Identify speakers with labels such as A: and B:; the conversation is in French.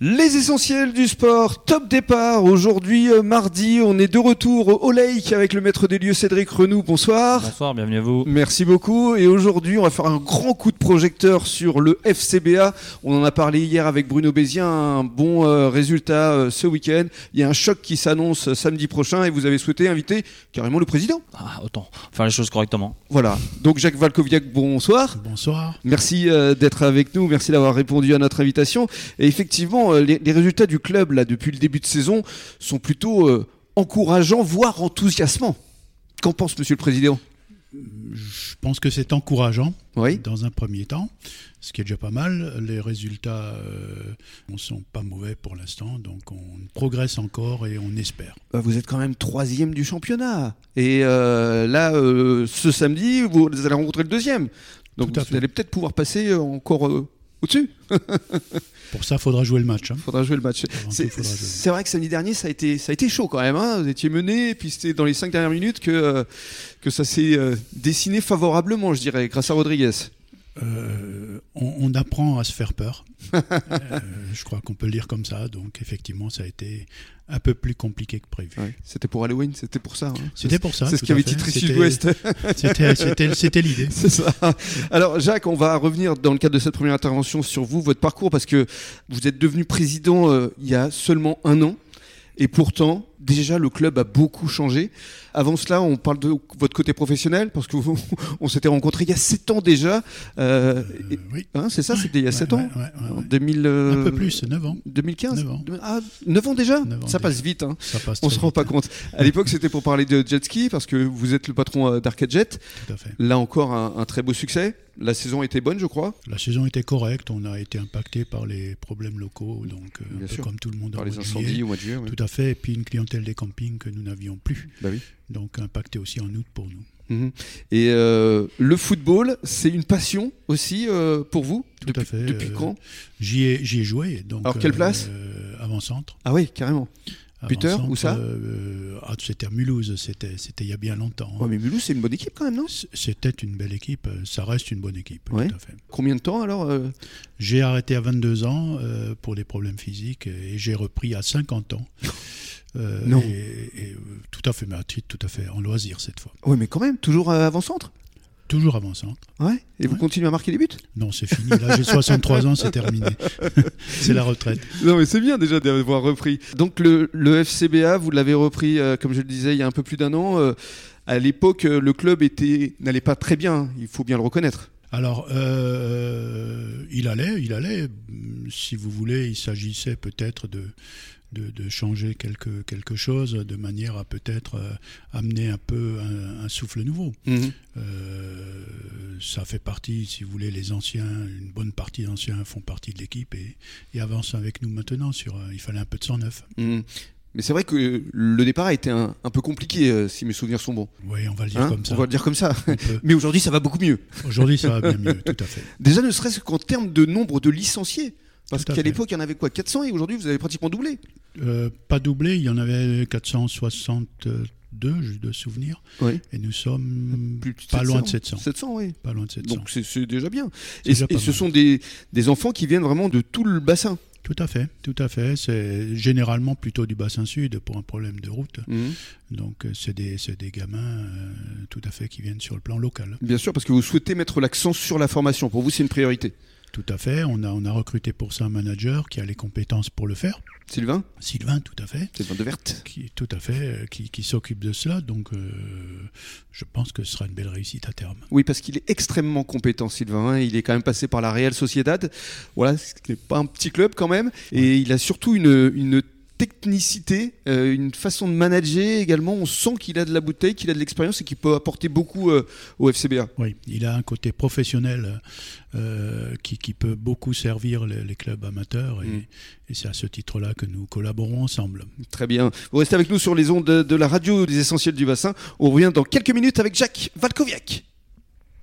A: Les essentiels du sport, top départ. Aujourd'hui, euh, mardi, on est de retour au Lake avec le maître des lieux Cédric Renou. Bonsoir.
B: Bonsoir, bienvenue à vous.
A: Merci beaucoup. Et aujourd'hui, on va faire un grand coup de projecteur sur le FCBA. On en a parlé hier avec Bruno Bézien. Un bon euh, résultat euh, ce week-end. Il y a un choc qui s'annonce euh, samedi prochain et vous avez souhaité inviter carrément le président.
B: Ah, autant faire les choses correctement.
A: Voilà. Donc, Jacques Valkoviak, bonsoir.
C: Bonsoir.
A: Merci euh, d'être avec nous, merci d'avoir répondu à notre invitation. Et effectivement, euh, les, les résultats du club là depuis le début de saison sont plutôt euh, encourageants, voire enthousiasmants. Qu'en pense Monsieur le Président
C: Je pense que c'est encourageant
A: Oui.
C: dans un premier temps, ce qui est déjà pas mal. Les résultats euh, ne sont pas mauvais pour l'instant, donc on progresse encore et on espère.
A: Bah, vous êtes quand même troisième du championnat. Et euh, là, euh, ce samedi, vous allez rencontrer le deuxième. Donc
C: Tout à
A: vous
C: fait.
A: allez peut-être pouvoir passer euh, encore euh, au-dessus.
C: Pour ça, il faudra jouer le match. hein.
A: Faudra jouer le match.
C: Faudra un
A: C'est
C: peu, faudra jouer.
A: c'est vrai que samedi dernier, ça a été, ça a été chaud quand même. hein. Vous étiez mené, et puis c'était dans les cinq dernières minutes que, euh, que ça s'est euh, dessiné favorablement, je dirais, grâce à Rodriguez.
C: Euh, on, on apprend à se faire peur. Euh, je crois qu'on peut le dire comme ça, donc effectivement, ça a été un peu plus compliqué que prévu.
A: Ouais, C'était pour Halloween, c'était pour ça. hein.
C: C'était pour ça.
A: C'est ce
C: tout
A: qu'avait
C: à fait.
A: dit Tricy
C: C'était-
A: West.
C: c'était- C'était c'était l'idée.
A: C'est ça. Alors Jacques, on va revenir dans le cadre de cette première intervention sur vous, votre parcours, parce que vous êtes devenu président euh, il y a seulement un an, et pourtant déjà le club a beaucoup changé. Avant cela, on parle de votre côté professionnel, parce que vous- on s'était rencontrés il y a sept ans déjà. Euh,
C: Euh,
A: et-
C: oui.
A: hein, c'est ça, c'était il y a sept
C: Ouais,
A: ans,
C: ouais, ouais,
A: en
C: ouais.
A: 2000,
C: Un
A: euh,
C: peu plus, 9 ans.
A: 2015.
C: Neuf ans.
A: Ah, 9 ans déjà.
C: Neuf ans
A: ça passe
C: déjà.
A: vite. Hein.
C: Ça passe
A: On
C: très
A: se rend
C: vite,
A: pas
C: hein,
A: compte. À l'époque, c'était pour parler de jet ski parce que vous êtes le patron euh, d'Arcade Jet.
C: Tout à fait.
A: Là encore, un, un très beau succès. La saison était bonne, je crois,
C: La saison était correcte, on a été impacté par les problèmes locaux, donc euh,
A: Bien
C: un peu
A: sûr.
C: comme tout le monde
A: par
C: en
A: les
C: mois de juillet.
A: incendies au mois de juin.
C: Tout à fait, et puis une clientèle des campings que nous n'avions plus,
A: Bah
C: donc impacté aussi en août pour nous.
A: Mhm. Et euh, le football, c'est une passion aussi euh, pour vous
C: Tout
A: depuis,
C: à fait,
A: depuis
C: euh,
A: quand
C: J'y ai, j'y ai joué. Donc,
A: Alors, quelle place
C: euh, Avant-centre.
A: Ah oui, carrément. Buteur,
C: Avant-centre,
A: où ça
C: euh, ah, C'était à Mulhouse, c'était c'était il y a bien longtemps. hein.
A: Ouais, mais Mulhouse, c'est une bonne équipe quand même, non
C: C- C'était une belle équipe, euh, ça reste une bonne équipe.
A: Ouais.
C: tout à fait.
A: Combien de temps alors euh,
C: J'ai arrêté à 22 ans euh, pour des problèmes physiques et j'ai repris à 50 ans. Euh,
A: Non.
C: Et, et, euh, tout à fait, mais à titre tout à fait en loisir cette fois.
A: Oui, mais quand même, toujours euh, avant-centre.
C: Toujours avançant.
A: Ouais. Et vous
C: Ouais.
A: continuez à marquer les buts
C: Non, c'est fini. Là, j'ai 63 ans, c'est terminé. c'est la retraite.
A: Non, mais c'est bien déjà d'avoir repris. Donc le, le FCBA, vous l'avez repris, euh, comme je le disais, il y a un peu plus d'un an. Euh, à l'époque, euh, le club était n'allait pas très bien. hein. Il faut bien le reconnaître.
C: Alors, euh, il allait, il allait. Si vous voulez, il s'agissait peut-être de, de, de changer quelque, quelque chose de manière à peut-être euh, amener un peu un- un souffle nouveau. Euh, ça fait partie, si vous voulez, les anciens, une bonne partie des anciens font partie de l'équipe et, et avancent avec nous maintenant sur. euh, il fallait un peu de sang neuf.
A: Mhm. Mais c'est vrai que le départ a été un, un peu compliqué, euh, si mes souvenirs sont bons.
C: Oui, on va le dire
A: Hein
C: comme ça.
A: On va le dire comme ça.
C: On peut.
A: Mais aujourd'hui, ça va beaucoup mieux.
C: Aujourd'hui, ça va bien mieux, tout à fait.
A: Déjà, ne serait-ce qu'en termes de nombre de licenciés. Parce
C: Tout à
A: qu'à
C: fait.
A: l'époque, il y en avait quoi 400 et aujourd'hui, vous avez pratiquement doublé.
C: Euh, pas doublé, il y en avait 462, je de souvenir,
A: Oui.
C: et nous sommes
A: Plus de
C: pas loin de 700.
A: 700, oui.
C: Pas loin de 700.
A: Donc c'est- c'est déjà bien.
C: C'est
A: Et,
C: déjà pas
A: et ce
C: mal.
A: sont des, des enfants qui viennent vraiment de tout le bassin.
C: Tout à fait, tout à fait. C'est généralement plutôt du bassin sud pour un problème de route. Donc, euh, c'est des, c'est des gamins euh, tout à fait qui viennent sur le plan local.
A: Bien sûr, parce que vous souhaitez mettre l'accent sur la formation. Pour vous, c'est une priorité.
C: Tout à fait. On a, on a recruté pour ça un manager qui a les compétences pour le faire.
A: Sylvain
C: Sylvain, tout à fait.
A: Sylvain de Verte.
C: Qui, tout à fait, euh, qui, qui s'occupe de cela. Donc, euh, je pense que ce sera une belle réussite à terme.
A: Oui, parce qu'il est extrêmement compétent, Sylvain. hein. Il est quand même passé par la Real Sociedad. Voilà, ce n'est pas un petit club quand même. Et il a surtout une, une technicité, euh, une façon de manager également. On sent qu'il a de la bouteille, qu'il a de l'expérience et qu'il peut apporter beaucoup euh, au FCBA.
C: Oui, il a un côté professionnel euh, qui, qui peut beaucoup servir les, les clubs amateurs. Et,
A: Mm.
C: et c'est à ce titre-là que nous collaborons ensemble.
A: Très bien. Vous restez avec nous sur les ondes de, de la radio des Essentiels du Bassin. On revient dans quelques minutes avec Jacques Valkoviak.